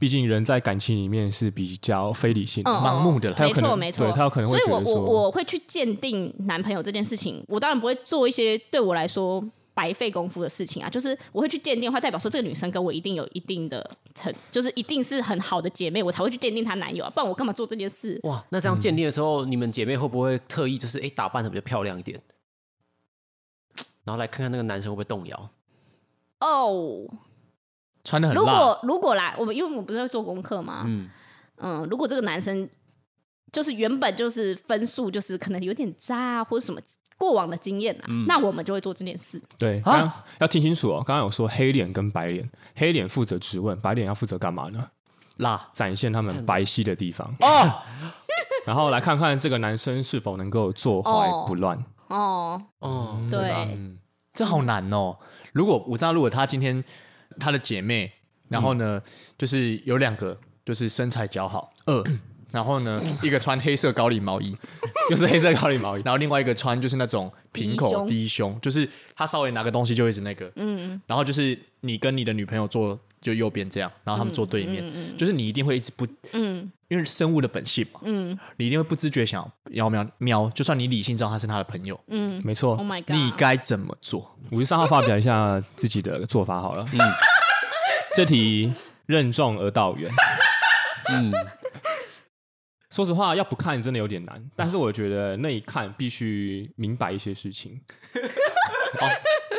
Speaker 1: 毕竟人在感情里面是比较非理性的，
Speaker 4: 嗯
Speaker 3: 盲目的啦
Speaker 1: 他有
Speaker 4: 没
Speaker 1: 可能
Speaker 4: 错，没错，
Speaker 1: 对他有可能会
Speaker 4: 所以我
Speaker 1: 觉得说
Speaker 4: 我我会去鉴定男朋友这件事情，我当然不会做一些对我来说白费功夫的事情啊。就是我会去鉴定的话，代表说这个女生跟我一定有一定的很，就是一定是很好的姐妹，我才会去鉴定她男友啊，不然我干嘛做这件事？
Speaker 2: 哇，那这样鉴定的时候，你们姐妹会不会特意就是哎、打扮的比较漂亮一点，然后来看看那个男生会不会动摇？
Speaker 4: 哦，
Speaker 3: 穿的很
Speaker 4: 如
Speaker 3: 辣，
Speaker 4: 果如果啦，我们因为我们不是会做功课吗？
Speaker 2: 嗯，
Speaker 4: 嗯，如果这个男生就是原本就是分数就是可能有点渣啊，或者什么过往的经验啊，
Speaker 1: 嗯
Speaker 4: 那我们就会做这件事。
Speaker 1: 对
Speaker 2: 啊
Speaker 1: 刚刚要听清楚哦。刚刚有说黑脸跟白脸，黑脸负责质问，白脸要负责干嘛呢？
Speaker 3: 辣
Speaker 1: 展现他们白皙的地方，
Speaker 3: 哦，
Speaker 1: 然后来看看这个男生是否能够坐怀不乱。
Speaker 4: 哦，
Speaker 2: 哦，吧
Speaker 4: 对，
Speaker 3: 嗯这好难哦。如果我知道，如果她今天她的姐妹，然后呢，就是有两个就是身材姣好，二，然后呢，一个穿黑色高领毛衣，
Speaker 1: 又是黑色高领毛衣，
Speaker 3: 然后另外一个穿就是那种平口低胸，就是他稍微拿个东西就一直那个，嗯，然后就是你跟你的女朋友坐就右边这样，然后他们坐对面，就是你一定会一直不，
Speaker 4: 嗯
Speaker 3: 因为生物的本性嘛，
Speaker 4: 嗯
Speaker 3: 你一定会不自觉想要喵喵，就算你理性知道他是他的朋友，
Speaker 4: 嗯
Speaker 1: 没错
Speaker 4: ，Oh。my god，
Speaker 3: 你该怎么做？
Speaker 1: 五十三号发表一下自己的做法好了。嗯，这题任重而道远。
Speaker 2: 嗯，
Speaker 1: 说实话，要不看真的有点难，但是我觉得那一看必须明白一些事情。哦，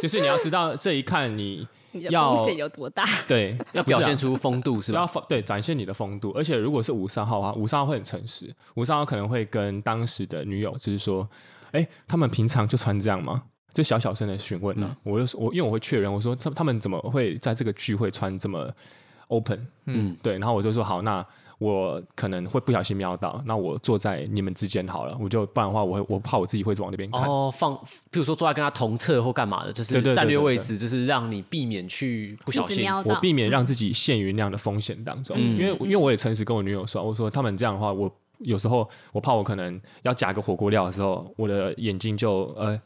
Speaker 1: 就是你要知道这一看你
Speaker 4: 你的
Speaker 1: 要
Speaker 4: 风险有多大？
Speaker 1: 对
Speaker 2: 要表现出风度是
Speaker 1: 不
Speaker 2: 啊
Speaker 1: 要
Speaker 2: 吧？
Speaker 1: 放对展现你的风度，而且如果是五三号的话，五三号会很诚实，五三号可能会跟当时的女友就是说，哎、他们平常就穿这样吗？就小小声的询问呢、啊
Speaker 2: 嗯
Speaker 1: 我就说我因为我会确认，我说他他们怎么会在这个聚会穿这么 open？
Speaker 2: 嗯
Speaker 1: 嗯，对，然后我就说好，那我可能会不小心瞄到，那我坐在你们之间好了，我就不然的话，我会我怕我自己会往那边看。
Speaker 2: 哦，放，譬如说坐在跟他同侧或干嘛的，就
Speaker 1: 对
Speaker 2: 是
Speaker 1: 对对
Speaker 2: 战略
Speaker 1: 对
Speaker 2: 位
Speaker 1: 对
Speaker 2: 置，就是让你避免去不小
Speaker 4: 一直
Speaker 2: 心。
Speaker 4: 瞄
Speaker 1: 我
Speaker 4: 到，
Speaker 1: 避免让自己陷于那样的风险当中，
Speaker 2: 嗯
Speaker 1: 因为因为我也诚实跟我女友说，我说他们这样的话，我有时候我怕我可能要夹个火锅料的时候，我的眼睛就呃，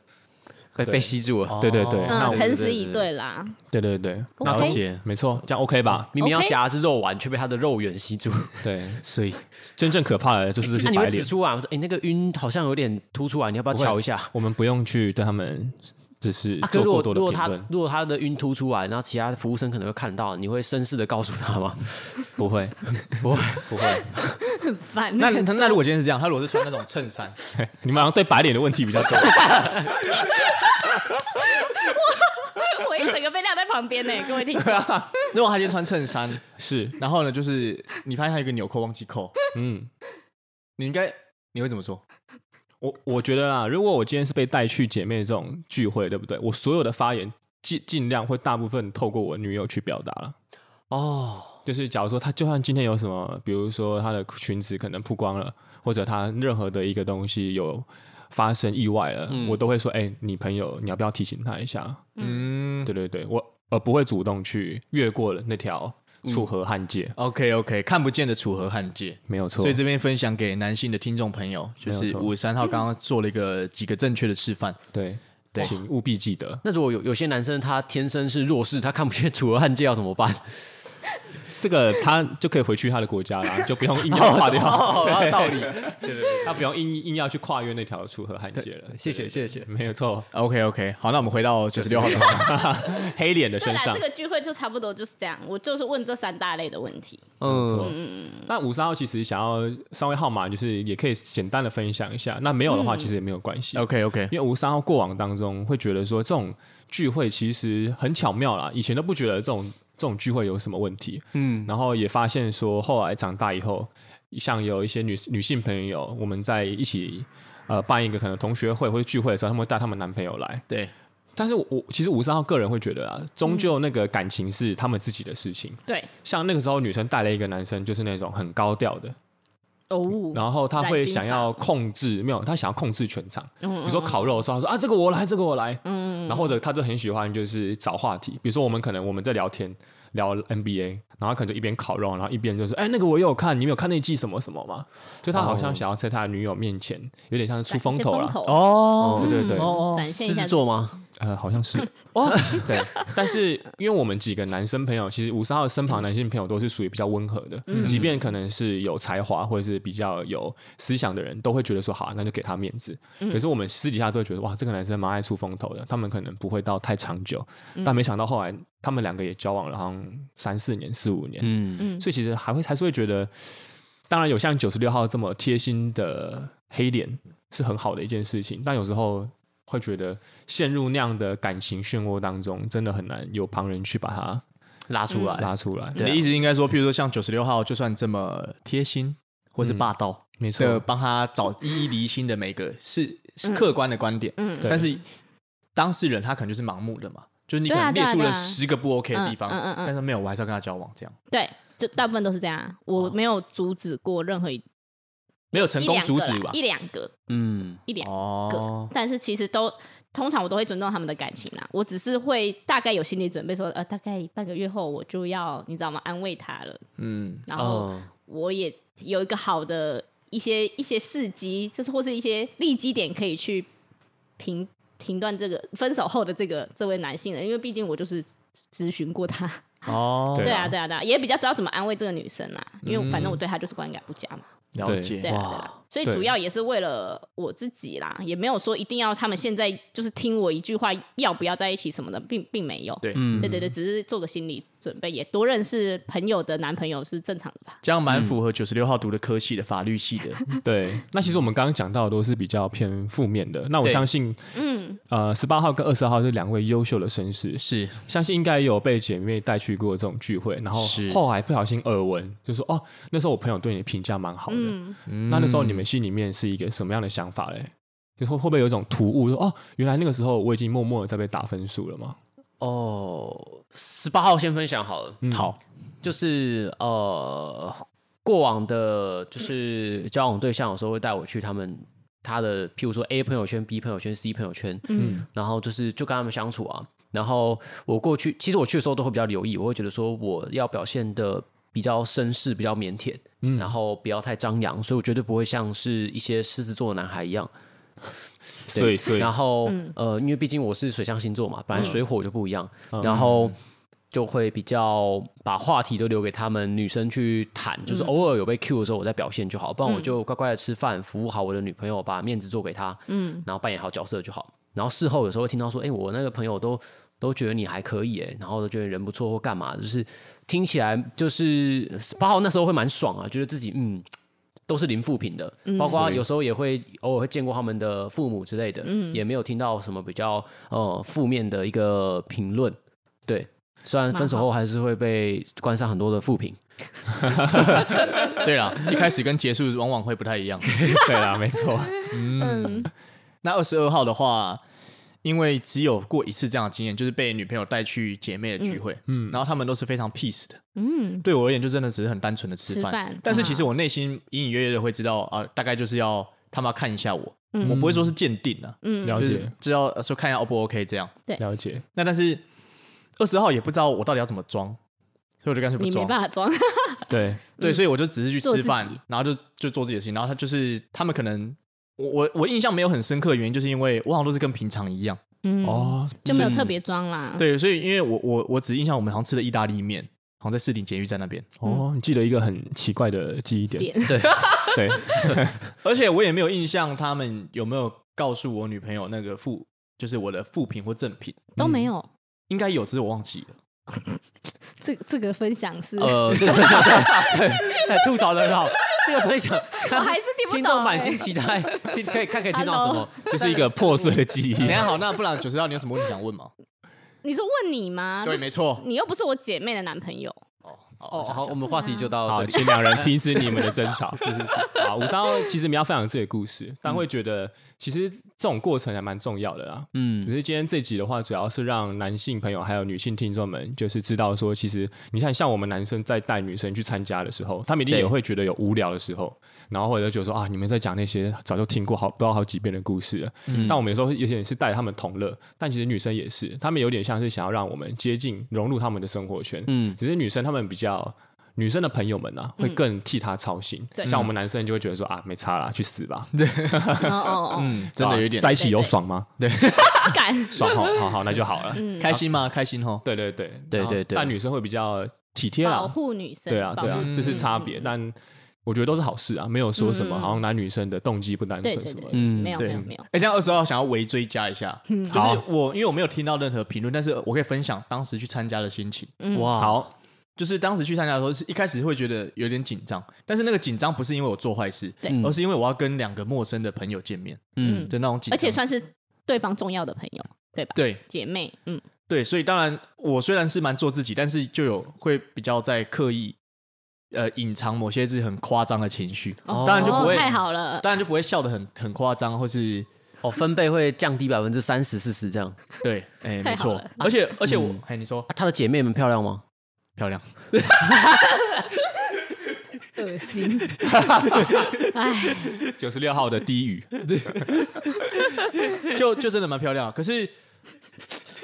Speaker 2: 被被吸住了。
Speaker 1: 对对对，那
Speaker 4: 嗯，
Speaker 1: 我
Speaker 2: 我
Speaker 4: 诚实以对啦。
Speaker 1: 对对对，
Speaker 4: OK
Speaker 1: 那
Speaker 3: 了解，
Speaker 1: 没错，这样 OK 吧？
Speaker 2: 明明要
Speaker 4: OK
Speaker 2: 夹的是肉丸，却被他的肉圆吸住。
Speaker 1: 对，
Speaker 3: 所以
Speaker 1: 真正可怕的就是这
Speaker 2: 那
Speaker 1: 些
Speaker 2: 你
Speaker 1: 白
Speaker 2: 会指
Speaker 1: 脸，
Speaker 2: 出啊？说，哎，那个晕好像有点凸出来，你要不要
Speaker 1: 不会
Speaker 2: 瞧一 下？啊
Speaker 1: 我们不用去对他们只是
Speaker 2: 啊，可
Speaker 1: 做
Speaker 2: 是
Speaker 1: 过
Speaker 2: 如果
Speaker 1: 多的
Speaker 2: 如果
Speaker 1: 评
Speaker 2: 他
Speaker 1: 论，
Speaker 2: 如果他的晕凸出来，然后其他的服务生可能会看到，你会绅士的告诉他 吗？
Speaker 1: 不会，
Speaker 2: 不会，
Speaker 1: 不会，
Speaker 4: 反
Speaker 3: 那那那如果今天是这样，他如果是穿那种衬衫，
Speaker 1: 你们好像对白脸的问题比较 多。
Speaker 4: 我一整个被晾在旁边呢，各位听众。
Speaker 3: 如果他今天穿衬衫，
Speaker 1: 是
Speaker 3: 然后呢，就是你发现他有一个纽扣忘记扣，
Speaker 1: 嗯，
Speaker 3: 你应该你会怎么做？
Speaker 1: 我我觉得啦，如果我今天是被带去姐妹这种聚会，对不对？我所有的发言尽尽量会大部分透过我女友去表达了。
Speaker 2: 哦，
Speaker 1: 就是假如说她就算今天有什么，比如说她的裙子可能曝光了，或者她任何的一个东西有发生意外了，我都会说，哎、你朋友你要不要提醒她一下？
Speaker 3: 嗯
Speaker 1: 对对对，我而不会主动去越过了那条
Speaker 3: 嗯
Speaker 1: 楚河汉界，
Speaker 3: ，OK OK，看不见的楚河汉界。
Speaker 1: 没有错。
Speaker 3: 所以这边分享给男性的听众朋友，就
Speaker 1: 没有
Speaker 3: 是
Speaker 1: 错
Speaker 3: 五十三号刚刚做了一个几个正确的示范，
Speaker 1: 对
Speaker 3: 对
Speaker 1: 请务必记得，
Speaker 2: 那如果有有些男生他天生是弱势，他看不见楚河汉界要怎么办？
Speaker 1: 这个他就可以回去他的国家 啦，就不用硬要跨掉。
Speaker 2: 哦， 有道理。
Speaker 1: 他不用硬硬要去跨越那条楚河汉界了。
Speaker 2: 谢谢谢谢。
Speaker 1: 没有错，
Speaker 3: OK OK，好，那我们回到九十六号同学
Speaker 1: 黑脸的
Speaker 4: 对
Speaker 1: 身
Speaker 4: 啦，
Speaker 1: 上
Speaker 4: 这。个聚会就差不多就是这样，我就是问这三大类的问题。
Speaker 2: 嗯，
Speaker 1: 嗯，那五三号其实想要三位号码，就是也可以简单的分享一下。那没有的
Speaker 2: 嗯
Speaker 1: 话，其实也没有关系。
Speaker 3: OK OK，
Speaker 1: 因为五三号过往当中会觉得说，这种聚会其实很巧妙啦，以前都不觉得这种这种聚会有什么问题。嗯，然后也发现说，后来长大以后，像有一些女女性朋友，我们在一起呃办一个可能同学会或者聚会的时候，他们会带他们男朋友来。
Speaker 3: 对，
Speaker 1: 但是我我其实五十三号个人会觉得啊，终究那个感情是他们自己的事情。
Speaker 4: 对，
Speaker 1: 像那个时候，女生带了一个男生，就是那种很高调的，
Speaker 4: 哦，
Speaker 1: 然后他会想要控制，没有，他想要控制全场。比如说烤肉的时候，他说啊，这个我来，这个我来。嗯，然后或者他就很喜欢就是找话题，比如说我们可能我们在聊天聊 NBA，然后可能就一边烤肉，然后一边就说，哎，那个我也有看，你们有看那季什么什么吗？就他好像想要在他的女友面前，有点像是出哦风头了。
Speaker 4: 哦，
Speaker 2: 哦
Speaker 1: 哦，对对对，
Speaker 2: 哦哦，
Speaker 4: 展现一
Speaker 2: 狮
Speaker 4: 下
Speaker 2: 子座吗？
Speaker 1: 呃，好像是哦，对，但是因为我们几个男生朋友，其实五三号身旁男性朋友都是属于比较温和的，即便可能是有才华或者是比较有思想的人，都会觉得说好，那就给他面子。可是我们私底下都会觉得哇，这个男生蛮爱出风头的，他们可能不会到太长久，但没想到后来他们两个也交往了，好像三四年、四五年，
Speaker 2: 嗯，
Speaker 1: 所以其实还会还是会觉得，当然有像九十六号这么贴心的黑脸是很好的一件事情，但有时候会觉得陷入那样的感情漩涡当中，真的很难有旁人去把它嗯
Speaker 2: 拉出来，
Speaker 1: 拉出来。
Speaker 3: 嗯
Speaker 1: 啊
Speaker 3: 你的意思应该说，譬如说像九十六号，就算这么贴心或是霸道，
Speaker 1: 没错
Speaker 3: 这帮他找一一厘清的每个是是客观的观点，
Speaker 4: 嗯
Speaker 1: 对
Speaker 3: 但是当事人他可能就是盲目的嘛，就是你可
Speaker 4: 对啊
Speaker 3: 能列出
Speaker 4: 对啊对
Speaker 3: 了
Speaker 4: 啊
Speaker 3: 十个不 OK 的地方，
Speaker 4: 嗯嗯嗯嗯
Speaker 3: 但是没有，我还是要跟他交往，这样
Speaker 4: 对，就大部分都是这样啊。我没有阻止过任何一
Speaker 3: 没有成
Speaker 4: 一
Speaker 3: 功
Speaker 4: 两
Speaker 3: 阻
Speaker 4: 个
Speaker 3: 止
Speaker 4: 啦
Speaker 3: 吧？
Speaker 4: 一两个，
Speaker 2: 嗯，
Speaker 4: 一两个。
Speaker 3: 哦，
Speaker 4: 但是其实都通常我都会尊重他们的感情啦，我只是会大概有心理准备说，呃，大概半个月后我就要你知道吗？安慰他了，
Speaker 3: 嗯，
Speaker 4: 然后
Speaker 2: 哦
Speaker 4: 我也有一个好的一些一些事迹，就是或是一些利基点可以去评评断这个分手后的这个这位男性的，因为毕竟我就是咨询过他，
Speaker 3: 哦，
Speaker 1: 对
Speaker 4: 对
Speaker 1: 啊
Speaker 4: 啊，对啊，对啊，也比较知道怎么安慰这个女生啦，因为我反正我对她就是观感不佳嘛。
Speaker 3: 了
Speaker 1: 对
Speaker 4: 对
Speaker 3: 解，
Speaker 4: 啊，
Speaker 2: 哇
Speaker 4: 对啊，所以
Speaker 1: 对
Speaker 4: 主要也是为了我自己啦，也没有说一定要他们现在就是听我一句话要不要在一起什么的，并并没有。
Speaker 3: 对，
Speaker 4: 对对对，只是做个心理准备，也多认识朋友的男朋友是正常的吧？
Speaker 3: 这样蛮符合九十六号读的科系的法律系的，
Speaker 1: 对，那其实我们刚刚讲到的都是比较偏负面的。那我
Speaker 3: 对
Speaker 1: 相信，
Speaker 4: 嗯，
Speaker 1: 呃，十八号跟二十号是两位优秀的绅士，
Speaker 3: 是
Speaker 1: 相信应该也有被姐妹带去过这种聚会，然后
Speaker 3: 是
Speaker 1: 后来不小心耳闻，就说哦，那时候我朋友对你评价蛮好的。
Speaker 3: 嗯
Speaker 1: 那那时候你们心里面是一个什么样的想法嘞？就会会不会有一种突兀，说哦，原来那个时候我已经默默的在被打分数了吗？
Speaker 2: 哦，十八号先分享好了，
Speaker 1: 好，
Speaker 2: 就是呃，过往的就是交往对象有时候会带我去他们他的，譬如说 A 朋友圈、B 朋友圈、C 朋友圈，嗯，然后就是就跟他们相处啊。然后我过去，其实我去的时候都会比较留意，我会觉得说我要表现的比较绅士、比较腼腆，嗯，然后不要太张扬，所以我绝对不会像是一些狮子座的男孩一样，对
Speaker 1: 所以所以嗯
Speaker 2: 然后、呃，因为毕竟我是水象星座嘛，本来水火就不一样，
Speaker 1: 嗯
Speaker 2: 然后就会比较把话题都留给他们女生去谈，就是
Speaker 1: 嗯
Speaker 2: 偶尔有被 Q 的时候，我再表现就好，不然我就乖乖的吃饭，服务好我的女朋友，把面子做给她，嗯，然后扮演好角色就好。然后事后有时候会听到说，哎、我那个朋友都都觉得你还可以、哎，然后都觉得人不错或干嘛，就是听起来就是八号那时候会蛮爽啊，觉得自己嗯。都是零负评的，
Speaker 1: 嗯
Speaker 2: 包括有时候也会偶尔会见过他们的父母之类的，
Speaker 4: 嗯
Speaker 2: 也没有听到什么比较呃负面的一个评论。对，虽然分手后还是会被冠上很多的负评。
Speaker 3: 对啦，一开始跟结束往往会不 太一样。
Speaker 1: 对啦，没错，
Speaker 4: 嗯
Speaker 3: 嗯那二十二号的话，因为只有过一次这样的经验，就是被女朋友带去姐妹的聚会，嗯，然后他们都是非常 peace 的，嗯，对我而言就真的只是很单纯的吃
Speaker 4: 吃
Speaker 3: 饭，
Speaker 4: 饭嗯
Speaker 3: 但是其实我内心隐隐约约的会知道啊、大概就是要他们要看一下我，
Speaker 4: 嗯
Speaker 3: 我不会说是鉴定啊，
Speaker 1: 了
Speaker 3: 就是
Speaker 1: 解
Speaker 3: 知道呃说看一下 O 不 OK 这样。
Speaker 1: 了解，
Speaker 3: 那但是二十号也不知道我到底要怎么装，所以我就干脆不
Speaker 4: 你没
Speaker 3: 装，
Speaker 4: 办法装，啊
Speaker 1: 对，
Speaker 3: 对，所以我就只是去
Speaker 4: 做
Speaker 3: 吃
Speaker 4: 自
Speaker 3: 饭
Speaker 4: 己，
Speaker 3: 然后就就做自己的事情。然后他就是他们可能我我我印象没有很深刻的原因，就是因为我好像都是跟平常一样。
Speaker 4: 嗯，
Speaker 1: 哦，
Speaker 4: 就没有特别装啦。
Speaker 3: 对，所以因为我我我只印象我们好像吃的意大利面，好像在士林捷运站那边，
Speaker 1: 哦，你记得一个很奇怪的记忆点，
Speaker 4: 点，
Speaker 1: 对，
Speaker 3: 而且我也没有印象他们有没有告诉我女朋友那个负，就是我的负评或正评，
Speaker 4: 都没有。
Speaker 3: 应该有，只是我忘记了。
Speaker 4: 这这个分享是，我
Speaker 2: 呃，这个分 享对对吐槽的很好，这个分享
Speaker 4: 还是听不
Speaker 2: 听
Speaker 4: 懂
Speaker 2: 众
Speaker 4: 欸。
Speaker 2: 满心期待，听可以看可以听到什么
Speaker 4: Hello？
Speaker 1: 就是一 个破碎的记忆
Speaker 3: 等一。下好，那不然九十号你有什么问题想问吗？
Speaker 4: 你说问你吗？
Speaker 3: 对，没错。
Speaker 4: 你又不是我姐妹的男朋友，
Speaker 2: 哦，好，我们话题就到
Speaker 1: 好，
Speaker 2: 这里。
Speaker 1: 请两人停止你们的争吵。是是是。好，五三号其实你要分享自己的故事，但会觉得其实这种过程还蛮重要的啦。
Speaker 2: 嗯
Speaker 1: 只是今天这集的话，主要是让男性朋友还有女性听众们，就是知道说，其实你看，像我们男生在带女生去参加的时候，他们一定
Speaker 2: 对
Speaker 1: 也会觉得有无聊的时候，然后或者觉得说啊，你们在讲那些早就听过好不知道好几遍的故事了。但我们有时候有点是带他们同乐，但其实女生也是，她们有点像是想要让我们接近融入他们的生活圈。
Speaker 2: 嗯
Speaker 1: 只是女生她们比较。女生的朋友们啊，会更替她操心。
Speaker 4: 对
Speaker 1: 像我们男生就会觉得说啊，没差啦，去死吧！
Speaker 4: 哦哦哦，
Speaker 3: 嗯，真的有一点
Speaker 1: 在一起有爽吗？
Speaker 4: 敢
Speaker 1: 爽哦，好好，那就好了。
Speaker 4: 嗯
Speaker 3: 开心吗？开心哦吼。
Speaker 1: 对对对
Speaker 2: 对
Speaker 1: 然后
Speaker 2: 对对
Speaker 1: 但女生会比较体贴
Speaker 4: 保
Speaker 1: 啦，
Speaker 4: 护女生，
Speaker 1: 对啊对啊
Speaker 4: 保护，嗯
Speaker 1: 这是差别，但我觉得都是好事啊，没有说什么好像男女生的动机不单
Speaker 4: 对
Speaker 1: 纯
Speaker 4: 对
Speaker 1: 什么
Speaker 4: 对，
Speaker 1: 的。
Speaker 4: 没有
Speaker 3: 对
Speaker 4: 没有没有，嗯
Speaker 3: 哎，这样二十号想要围追加一下，就是
Speaker 1: 好
Speaker 3: 我因为我没有听到任何评论，但是我可以分享当时去参加的心情。
Speaker 4: 嗯
Speaker 2: 哇，
Speaker 1: 好，
Speaker 3: 就是当时去参加的时候，是一开始会觉得有点紧张，但是那个紧张不是因为我做坏事，
Speaker 4: 对
Speaker 3: 而是因为我要跟两个陌生的朋友见面
Speaker 2: 嗯
Speaker 4: 嗯，
Speaker 3: 的那种紧张，
Speaker 4: 而且算是对方重要的朋友，对吧？
Speaker 3: 对
Speaker 4: 姐妹，嗯，
Speaker 3: 对，所以当然我虽然是蛮做自己，但是就有会比较在刻意呃隐藏某些是很夸张的情绪，当然就不会，
Speaker 4: 哦太好了，
Speaker 3: 当然就不会笑得很很夸张，或是
Speaker 2: 哦，分贝会降低百分之三十、四十这样。啊
Speaker 3: 对，哎、
Speaker 4: 太
Speaker 3: 没
Speaker 4: 好
Speaker 3: 错
Speaker 4: 了，
Speaker 3: 而 且而且我，哎、你说
Speaker 2: 啊她的姐妹们漂亮吗？
Speaker 3: 漂亮，
Speaker 4: 恶心， 哎，
Speaker 1: 九十六号的低语，
Speaker 3: 就就真的蛮漂亮，可 是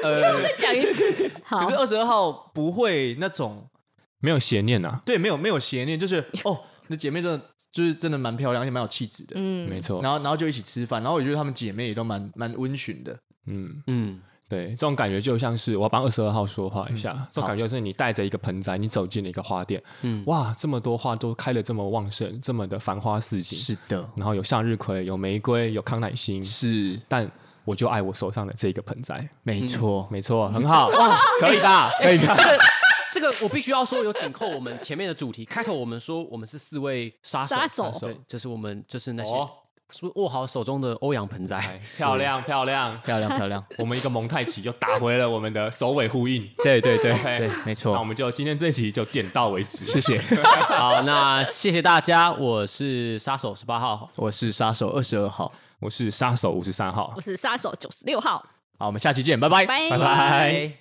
Speaker 3: 呃，
Speaker 4: 再讲一次，好
Speaker 3: 可是，二十二号不会那种。
Speaker 1: 没有邪念啊，
Speaker 3: 对，没有没有邪念，就是哦，你的姐妹真的就是真的蛮漂亮，而且蛮有气质的。
Speaker 4: 嗯，
Speaker 1: 没错，
Speaker 3: 然后然后就一起吃饭，然后我觉得她们姐妹也都蛮蛮温驯的。
Speaker 1: 嗯，
Speaker 2: 嗯，
Speaker 1: 对，这种感觉就像是我要帮二十二号说话一下，这种感觉就是你带着一个盆栽，你走进了一个花店，
Speaker 2: 嗯
Speaker 1: 哇，这么多花都开的这么旺盛，这么的繁花似锦，
Speaker 3: 的，
Speaker 1: 然后有向日葵，有玫瑰，有康乃馨，
Speaker 3: 是
Speaker 1: 但我就爱我手上的这个盆栽，
Speaker 3: 没错。
Speaker 1: 没错，很 好，哇，可以的，可以的。
Speaker 2: 这个这个我必须要说，有紧扣我们前面的主题。开头我们说我们是四位杀手，
Speaker 4: 杀手
Speaker 2: 对，就是我们就是那些
Speaker 1: 哦
Speaker 2: 是握好手中的欧阳盆
Speaker 1: 哎
Speaker 2: 栽。
Speaker 1: 漂亮漂亮，
Speaker 3: 漂亮漂亮，
Speaker 1: 我们一个蒙太奇就打回了我们的首尾呼应。
Speaker 2: 对对对
Speaker 1: OK，
Speaker 3: 对，没
Speaker 1: 那我
Speaker 3: 错，
Speaker 1: 们就今天这集就点到为止。
Speaker 3: 谢谢。
Speaker 2: 好，那谢谢大家，我是杀手十八号，
Speaker 3: 我是杀手二十二号，
Speaker 1: 我是杀手五十三号
Speaker 4: 我，是杀手九十六号，
Speaker 3: 好，我们下期见，拜拜。
Speaker 4: 拜
Speaker 1: 拜拜。